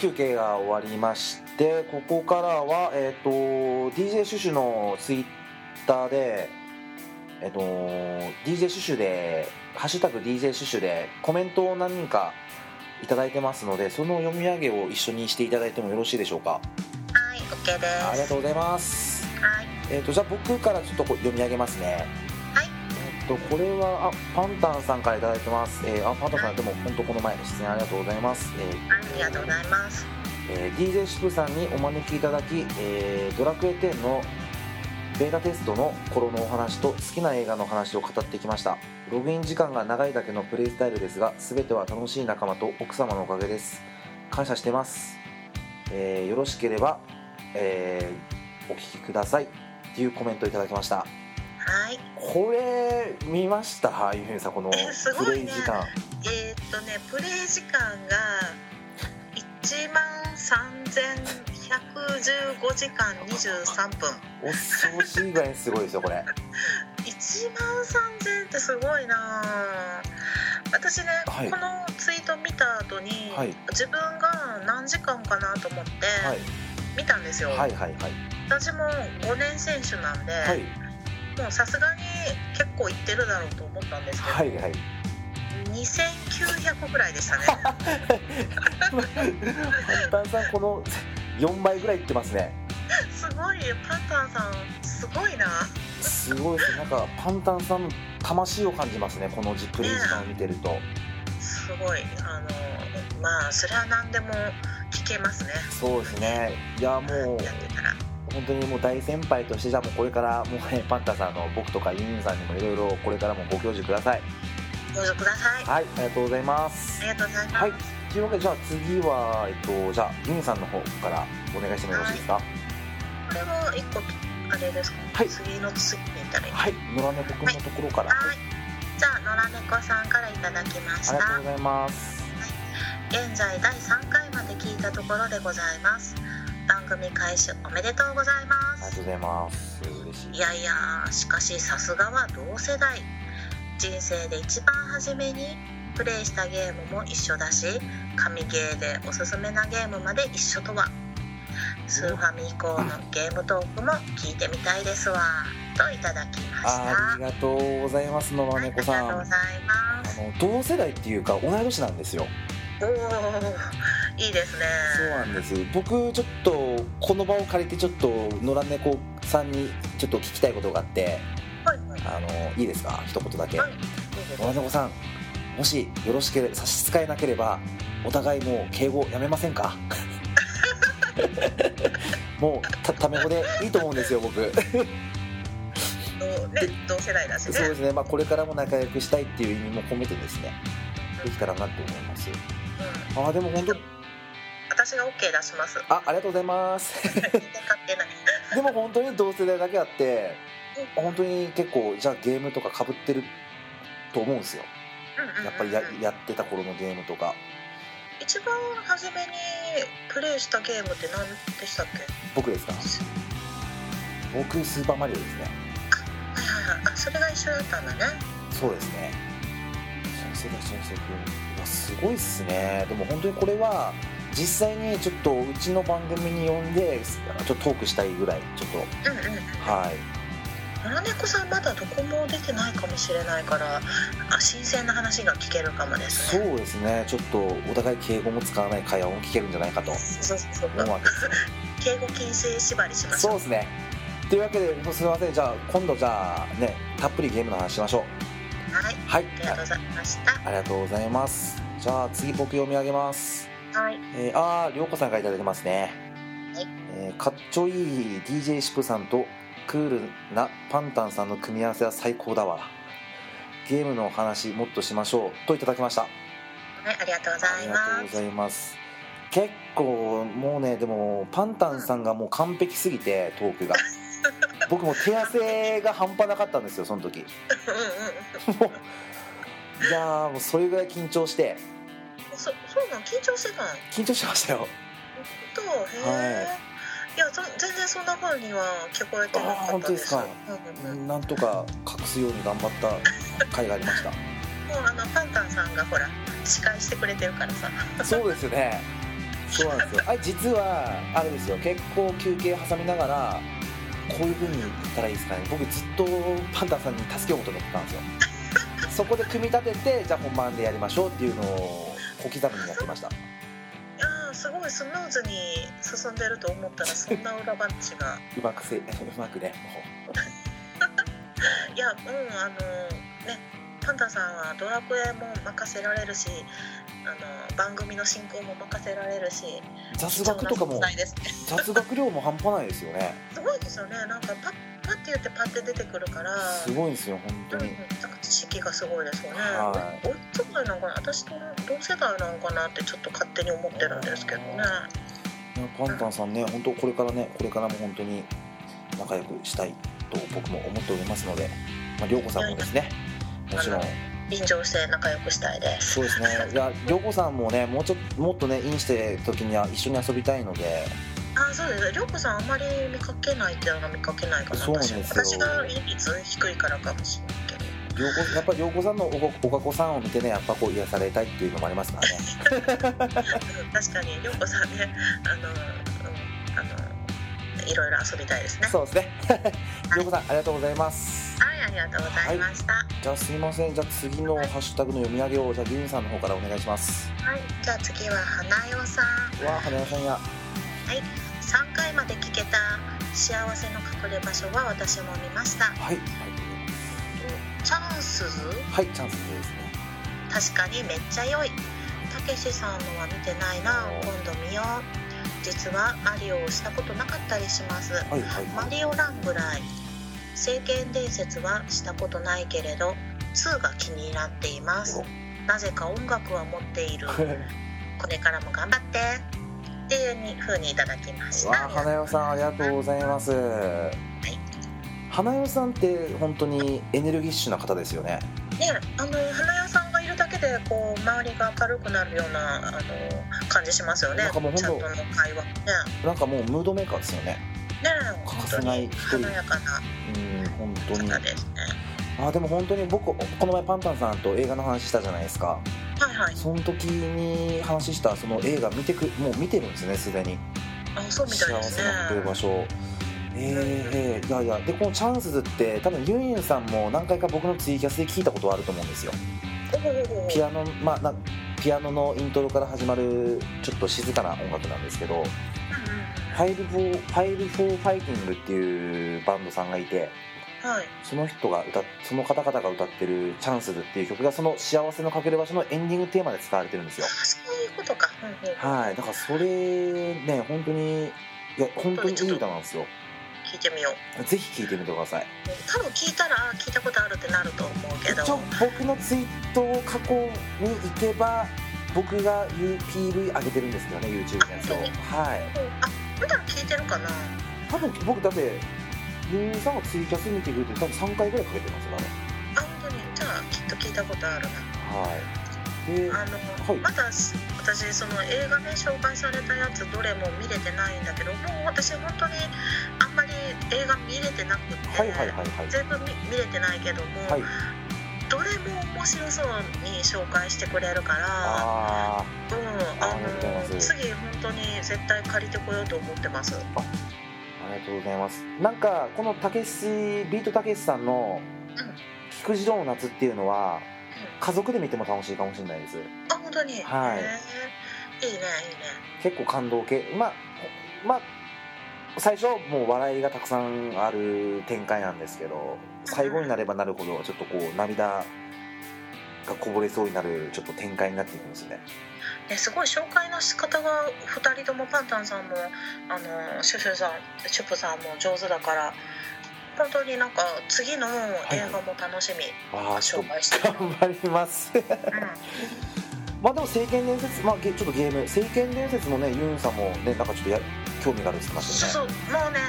休憩が終わりましてここからは、えー、と DJ シュシュのツイッターで、えー、と DJ シュシュで「ハッシュタグ #DJ シュシュ」でコメントを何人かいただいてますのでその読み上げを一緒にしていただいてもよろしいでしょうかはい OK でありがすとうございます、はいえー、とじゃあ僕からちょっとこう読み上げますねはいえっとこれはあパンタンさんからいただいてます、えーあパンタンさんでも本当この前の出演ありがとうございます、えーありがとうございますえー DJ シプさんにお招きいただき、えードラクエ10のベータテストの頃のお話と好きな映画の話を語ってきましたログイン時間が長いだけのプレイスタイルですが全ては楽しい仲間と奥様のおかげです感謝してます、えーよろしければ、えーお聞きくださいっていうコメントをいただきましたはいこれ見ましたゆうへんさんこのえすごプレいイね時間、えーっとねプレイ時間が1万3115時間23分恐ろしいぐらいにすごいですよこれ1万3000ってすごいなあ私ね、はいこのツイート見た後に、はい自分が何時間かなと思ってはい見たんですよ、はいはいはい私も5年選手なんで、はいもうさすがに結構いってるだろうと思ったんですけど、はいはい2900ぐらいで したねパンタンさんこの4倍ぐらいいってますねすごいパンタンさんすごいなすごいですなんかパンタンさんの魂を感じますねこのじプレイ時間を見てるとすごいあのまあそれは何でも聞けますねそうですねいやもうやってたら本当にもう大先輩としてじゃあもうこれからもう、ね、パンタンさんあの僕とかユンユンさんにもいろいろこれからもご教授くださいどうぞくださいあはいありがとうございますりがとうございます、はいというわけでじゃあ次はえっとじゃあユンユンさんの方からお願いしてもよろしいですかこれは一個あれですか、はい次の次に行ったらいいはい野良猫くんのところから、はいじゃあ野良猫さんからいただきましありがとうたございます現在第3回まで聞いたところでございます番組開始おめでとうございまありがすとうございます嬉しいいやいやしかしさすがは同世代人生で一番初めにプレイしたゲームも一緒だし神ゲーでおすすめなゲームまで一緒とはスーファミ以降のゲームトークも聞いてみたいですわといただきましたありがとうございます野良はいあり猫がさとうんごあざいますの同世代っていうか同い年なんですよおおいいですねそうなんです僕ちょっとこの場を借りてちょっと野良猫さんにちょっと聞きたいことがあってはいはいあのいいですか一言だけはい野良猫さんもしよろしければ差し支えなければお互いもう敬語やめません かもうたタメ語でいいと思うんですよ 僕同ね同世代だしねそうですね、まあ、これからも仲良くしたいっていう意味も込めてですねできたらなって思いますうんああでも本当私が OK 出しますあありがとうございます全然関係ないでも本当に同世代だけあって本当に結構じゃあゲームとかかぶってると思うんですようんうんうんうんやっぱりややってた頃のゲームとか一番初めにプレイしたゲームって何でしたっけ僕ですかは僕スーパーマリオですねいはいはいあそれが一緒だったんだねそうですね先生だ先生くんわすごいっすねでも本当にこれは実際にちょっとうちの番組に呼んであのちょっとトークしたいぐらいちょっとうんうんはい野良猫さんまだどこも出てないかもしれないからあ新鮮な話が聞けるかもですそねうですねちょっとお互い敬語も使わない会話も聞けるんじゃないかとそうそうそう思うわけですよ敬語禁止縛りしましそうょうですねというわけでもうすいませんじゃあ今度じゃあねたっぷりゲームの話しましょうはいはいありがとうございましたありがとうございますじゃあ次僕読み上げますはいえー、あー涼子さんからいただいてますね、はいえーかっちょいい DJ シプさんとクールなパンタンさんの組み合わせは最高だわゲームのお話もっとしましょうといただきましたはいありがとうござありいがとうまごすざいます結構もうねでもパンタンさんがもう完璧すぎてトークが僕もう手汗が半端なかったんですよその時いうんうんやーもうそれぐらい緊張してうんそそうなん緊張してたの緊張しましたよとへえ、、はいやそ全然そんな風には聞こえてなあーか本った当でですすかうんうんうん、もうなんとか隠すように頑張った回がありましたあのパンタンさんがほら司会してくれてるからさそうですねそうなんですよあれ実はあれですよ結構休憩挟みながらこういう風に言ったらいいですかね僕ずっとパンダさんに助けを求めてたんですよそこで組み立ててじゃあ本番でやりましょうっていうのを小刻みにやってましたうんすごいスムーズに進んでると思ったらそんな裏話がうまくせ うまくねいやうんあのねパンダさんはドラクエも任せられるしあの番組の進行も任せられるし雑学とか貴重もな存在ですね雑学量も半端ないですよねすごいですよねなんかパッパッて言ってパッて出てくるからすごいんですよ本当うんにうん、なんか知識がすごいですよね。はおいつぐらいなのかな、私と同世代なのかなってちょっと勝手に思ってるんですけどね。いやパンタンさんね本当これからねこれからも本当に仲良くしたいと僕も思っておりますので、まあ、涼子さんもですねもちろん便乗して仲良くしたいです。そうですねいや涼子さんもねもうちょっともっとねインしてる時には一緒に遊びたいのであ、そうです。りょうこさんあんまり見かけないっていうのは見かけないかな。そうなんですよ私私がいい率低いからかもしれないけど。涼子やっぱり涼子さんのお子おかこさんを見てねやっぱこう癒されたいっていうのもありますからねうん確かにりょうこさんね、 あの、うん、あの、いろいろ遊びたいですね。そうですね 涼子さんありがとうございますはい、ありがとうございました。じゃあすいませんじゃあ次のハッシュタグの読み上げをじゃあゆンさんの方からお願いしますはい、じゃあ次は花代さん。わあ花屋さんや3回まで聞けた幸せの隠れ場所は私も見ましたはいチャンスズはいチャンスですね確かにめっちゃ良いたけしさんのは見てないな今度見よう実はマリオをしたことなかったりしますはいはいマリオランぐらい聖剣伝説はしたことないけれど2が気になっていますなぜか音楽は持っているこれからも頑張ってっていうふうにいただきま しわあた花代さんありがとうございます、花代さんって本当にエネルギッシュな方ですよねね、あの花屋さんがいるだけでこう周りが明るくなるようなあの感じしますよね。なんかもうほんとチャットの会話ね。なんかもうムードメーカーですよねね、欠かせない一人本当に華やかなうん本当に方ですね。あでも本当に僕この前パンタンさんと映画の話したじゃないですかはいはい。その時に話したその映画見てくもう見てるんですねすでにあ、そうみたい幸ですせね。な隠れ場所えー、えーいやいやでこの「チャンスズ」って多分ユンユンさんも何回か僕のツイキャスで聞いたことはあると思うんですよおおおお。ピアノ、まあ、なピアノのイントロから始まるちょっと静かな音楽なんですけど「ファイル・フォー・ファイル・フォー・ファイティング」っていうバンドさんがいてうんうんはい。その人が歌っその方々が歌ってる「チャンスズ」っていう曲がその「幸せの隠れ場所」のエンディングテーマで使われてるんですあよそういうことか。うんうん。はいだからそれね本当にいや本当にいい歌なんですよ聞いてみよう。ぜひ聴いてみてください多分聞いたらあ聞いたことあるってなると思うけど。一応僕のツイート過去に行けば僕が PV 上げてるんですけどね YouTube のやつをあ本当にはいあ、普段聞いてるかな。多分僕だって芸人さんがツイキャス見てくれて多分3回ぐらいかけてますよねあ、本当に。じゃあきっと聞いたことあるな。はいであの、はいまだ私その映画で紹介されたやつどれも見れてないんだけどもう私本当にあんまり映画見れてなくて、はいはいはいはい全部見見れてないけども、はいどれも面白そうに紹介してくれるからあうんありがとうございまあすの次本当に絶対借りてこようと思ってますうんーありがとうございますなんかこのたけしビートたけしさんの「菊次郎の夏」っていうのは家族で見ても楽しいかもしれないですあ本当に、はいへえいいねいいね結構感動系まあまあ最初はもう笑いがたくさんある展開なんですけど最後になればなるほどちょっとこう涙がこぼれそうになるちょっと展開になっていくんですねね、すごい紹介の仕方が2人ともパンタンさんもあのシュシュさんシュプさんも上手だから本当になんか次の映画も楽しみ、ああちょっ紹と介して る、頑張ります まあでも「聖剣伝説」まあげちょっとゲーム「聖剣伝説」もねユンさんもねなんかちょっとや興味があるって言ってうん、ましたそよねうそうもうね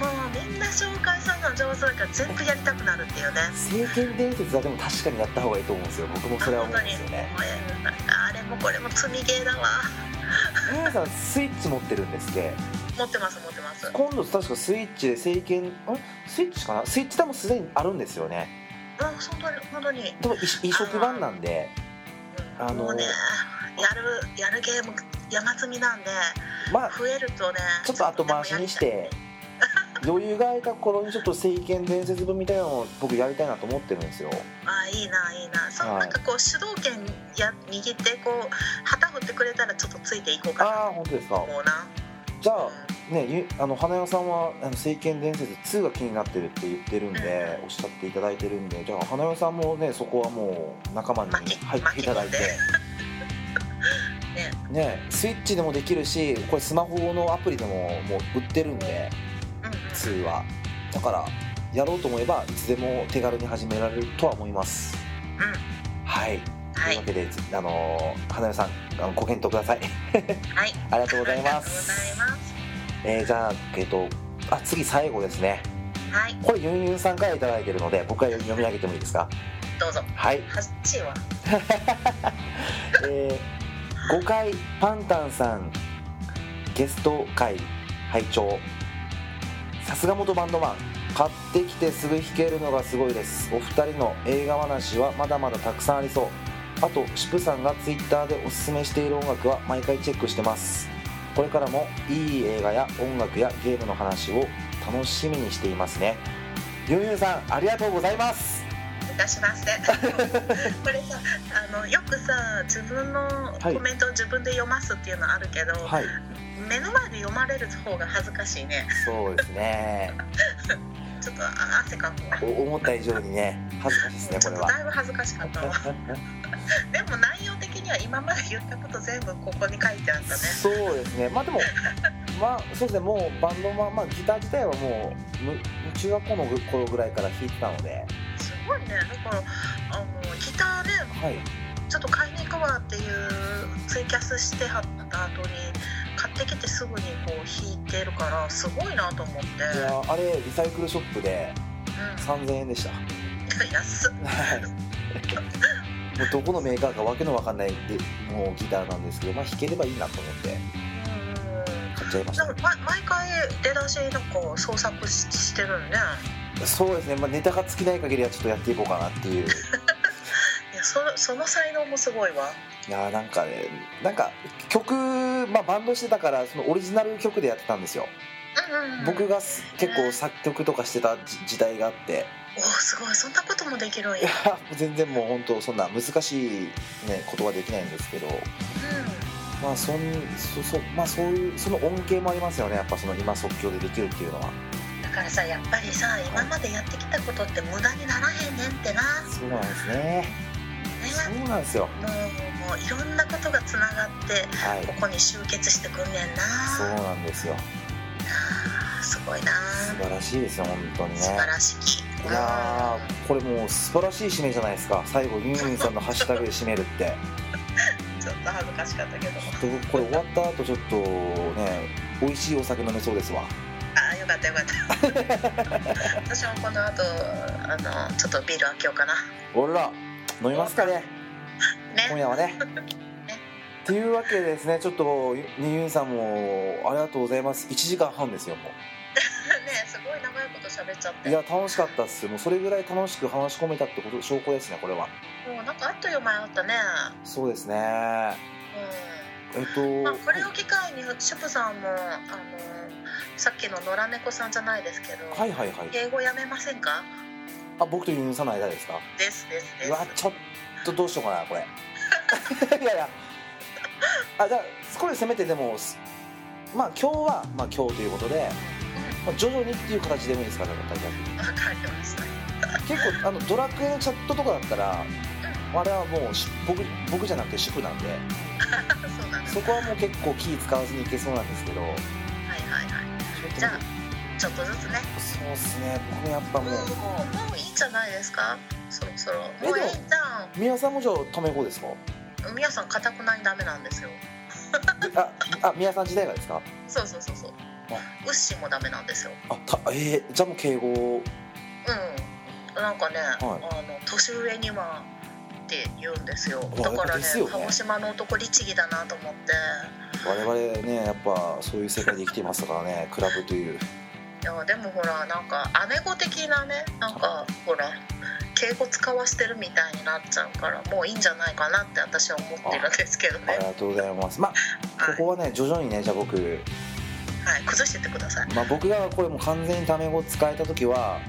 もうみんな紹介さんが上手だから全部やりたくなるっていうね聖剣伝説はでも確かにやった方がいいと思うんですよ僕もそれは思うんですよねもうなんかあれもこれも積みゲーだわユンさんスイッチ持ってるんですって持ってます持ってますうん今度確かスイッチで聖剣んスイッチかなスイッチでもすでにあるんですよね本当に本当に、でも移移植版なんでうんあのもうねやるやるゲーム山積みなんでまあ増えるとねちょっと後回しにして余裕が空いた頃にちょっと「聖剣伝説部」みたいなのを僕やりたいなと思ってるんですよあいいないいなそう、はいなんかこう主導権や握ってこう旗振ってくれたらちょっとついていこうかなああ本当ですかと思うなじゃうんあねゆあの花代さんは「あの聖剣伝説2」が気になってるって言ってるんでおっしゃっていただいてるんでじゃあ花代さんもねそこはもう仲間に巻き入っていただいて巻き。ね ね、スイッチでもできるしこれスマホのアプリでももう売ってるんでうんうん2はだからやろうと思えばいつでも手軽に始められるとは思いますうんはい、はというわいけであのー花代さんあのご検討くださいはいありがとうございまありすがとうございますえーじゃあえっ、とあ次最後ですねはいこれユンユンさんから頂いただいてるので僕が読み上げてもいいですかどうぞはい8位はえー、5回パンタンさんゲスト会拝聴さすが元バンドマン買ってきてすぐ弾けるのがすごいですお二人の映画話はまだまだたくさんありそうあとシュプさんがツイッターでおすすめしている音楽は毎回チェックしてますこれからもいい映画や音楽やゲームの話を楽しみにしていますねゆうゆうさんありがとうございますいたしま してこれさあのよくさ自分のはいコメントを自分で読ますっていうのあるけど、はい目の前で読まれる方が恥ずかしいねそうですねちょっとあ汗かくわお思った以上にね恥ずかしいですねちこょっれとはだいぶ恥ずかしかった わでも内容的には今まで言ったこと全部ここに書いてあったねそうですねまあでもまあそうですねもうバンドマンまあギター自体はもうむ中学校の頃ぐらいから弾いてたのですごいねだからあのギターねはいちょっと買いに行くわっていうツイキャスしてはった後に買ってきてすぐにこう弾いてるからすごいなと思って、いやあれリサイクルショップでう3000円でしたもん、 安っうどこのメーカーかわけのわかんないでもうギターなんですけどまあ弾ければいいなと思ってうん買っちゃいましなんかま毎回出だしなんか創作ししてるんねたそうですね、まあ、ネタが尽きない限りはちょっとやっていこうかなっていういやそその才能もすごいわいやーなんかねなんか曲、まあ、バンドしてたからそのオリジナル曲でやってたんですようんうんうん僕がす結構作曲とかしてた時時代があっておーすごいそんなこともできるんいやや、全然もう本当そんな難しい、ね、ことはできないんですけど、まあそんそそまあ、そういうその恩恵もありますよねやっぱその今即興でできるっていうのはうん、だからさやっぱりさ今までやってきたことって無駄にならへんねんってなそうなんですねねそうなんですよもうもういろんなことがつながってはいここに集結してくんねんそうななんですよあーすごいな素晴らしいですよ本当にね素晴らしきいやーこれもう素晴らしい締めじゃないですか最後ユンユンさんのハッシュタグで締めるってうんちょっと恥ずかしかったけどもちょっとこれ終わった後ちょっとね美味しいお酒飲めそうですわああよかったよかった 私もこの後あのちょっとビール開けようかなおら飲みますかね今ね夜はね。っていうわけでですねちょっとにゆんさんもありがとうございます1時間半ですよもねすごい長いこと喋っちゃっうていや楽しかったっすもうそれぐらい楽しく話し込めたってこと証拠ですねこれはもうなんかあっという間やったねそうですねえうっと、んまあこれをは機会にシュプさんもあのさっきの野良猫さんじゃないですけど、いはいはい英語やめませんかあ僕とユンさんの間ですかですですですうわちょっとどうしようかなこれいやいやあじゃあこれせめてでもまあ今日は、まあ、今日ということで、まあ、徐々にっていう形でもいいですかね大体わかりました 結構あのドラクエのチャットとかだったらあれはもうし僕僕じゃなくて主婦なんでそうなんですそこはもう結構気使わずにいけそうなんですけどちょはいはいはいっとじゃちょっとずつねそうっすね僕やっぱももううもういいんじゃないですかそろそろえもうでいいもじゃん宮さんもじゃあ止め子ですかみやさんかたくなにダメなんですよああ宮さん自体がですかそうそうそうそうウッシーもダメなんですよあたえー、じゃあもう敬語うんなんかね、あの年上にはって言うんですよわだからでねすよね鹿児島の男律儀だなと思って我々ねやっぱそういう世界で生きていますからねクラブといういやでもほらなんか姉子的なねなんかほら敬語使わしてるみたいになっちゃうからもういいんじゃないかなって私は思ってるんですけどあねりがとうございますまあはいここはね徐々にねじゃあ僕、はい、崩してってくださいまあ、僕がこれもう完全にタメ語使えた時は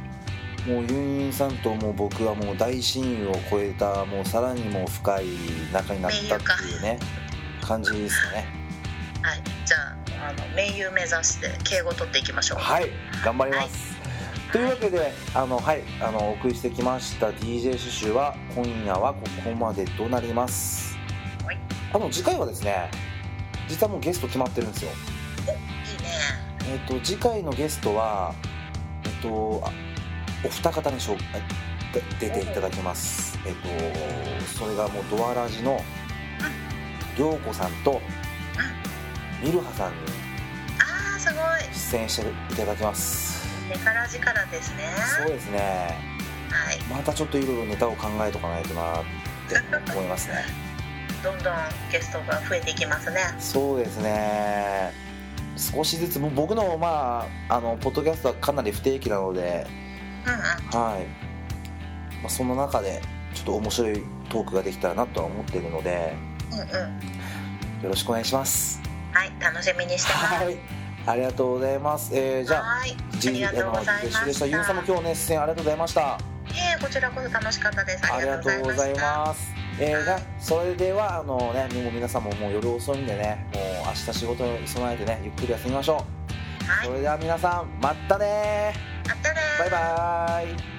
もうユンユンさんともう僕はもう大親友を超えたもうさらにもう深い仲になったっていうね感じですねはい、じゃああの名優目指して敬語取っていきましょうはい頑張ります、というわけであのはいあのお送りしてきました DJ シュシュは今夜はここまでとなります、はいあの次回はですね実はもうゲスト決まってるんですよいいねえっ、と次回のゲストはえっ、とあお二方に紹介で出ていただきますえっ、とそれがもうドアラジの涼子さんとミルハさんにあーすごい出演していただきますネからジからですねそうですねはいまたちょっといろいろネタを考えとかないとなって思いますねどんどんゲストが増えていきますねそうですね少しずつもう僕のまああのポッドキャストはかなり不定期なのでうんうんはい、まあ、その中でちょっと面白いトークができたらなとは思っているのでうんうんよろしくお願いしますはい楽しみにしてますはいありがとうございます、えーじゃあはいあ G りがとうございまでししたたユンさんも今日ね出演ありがとうございましたええこちらこそ楽しかったですあありりががととううごござざいいましたますえーじゃあそれではあのねもう皆さんももう夜遅いんでねもう明日仕事に備えてねゆっくり休みましょう、はいそれでは皆さんまたねまたねバイバイ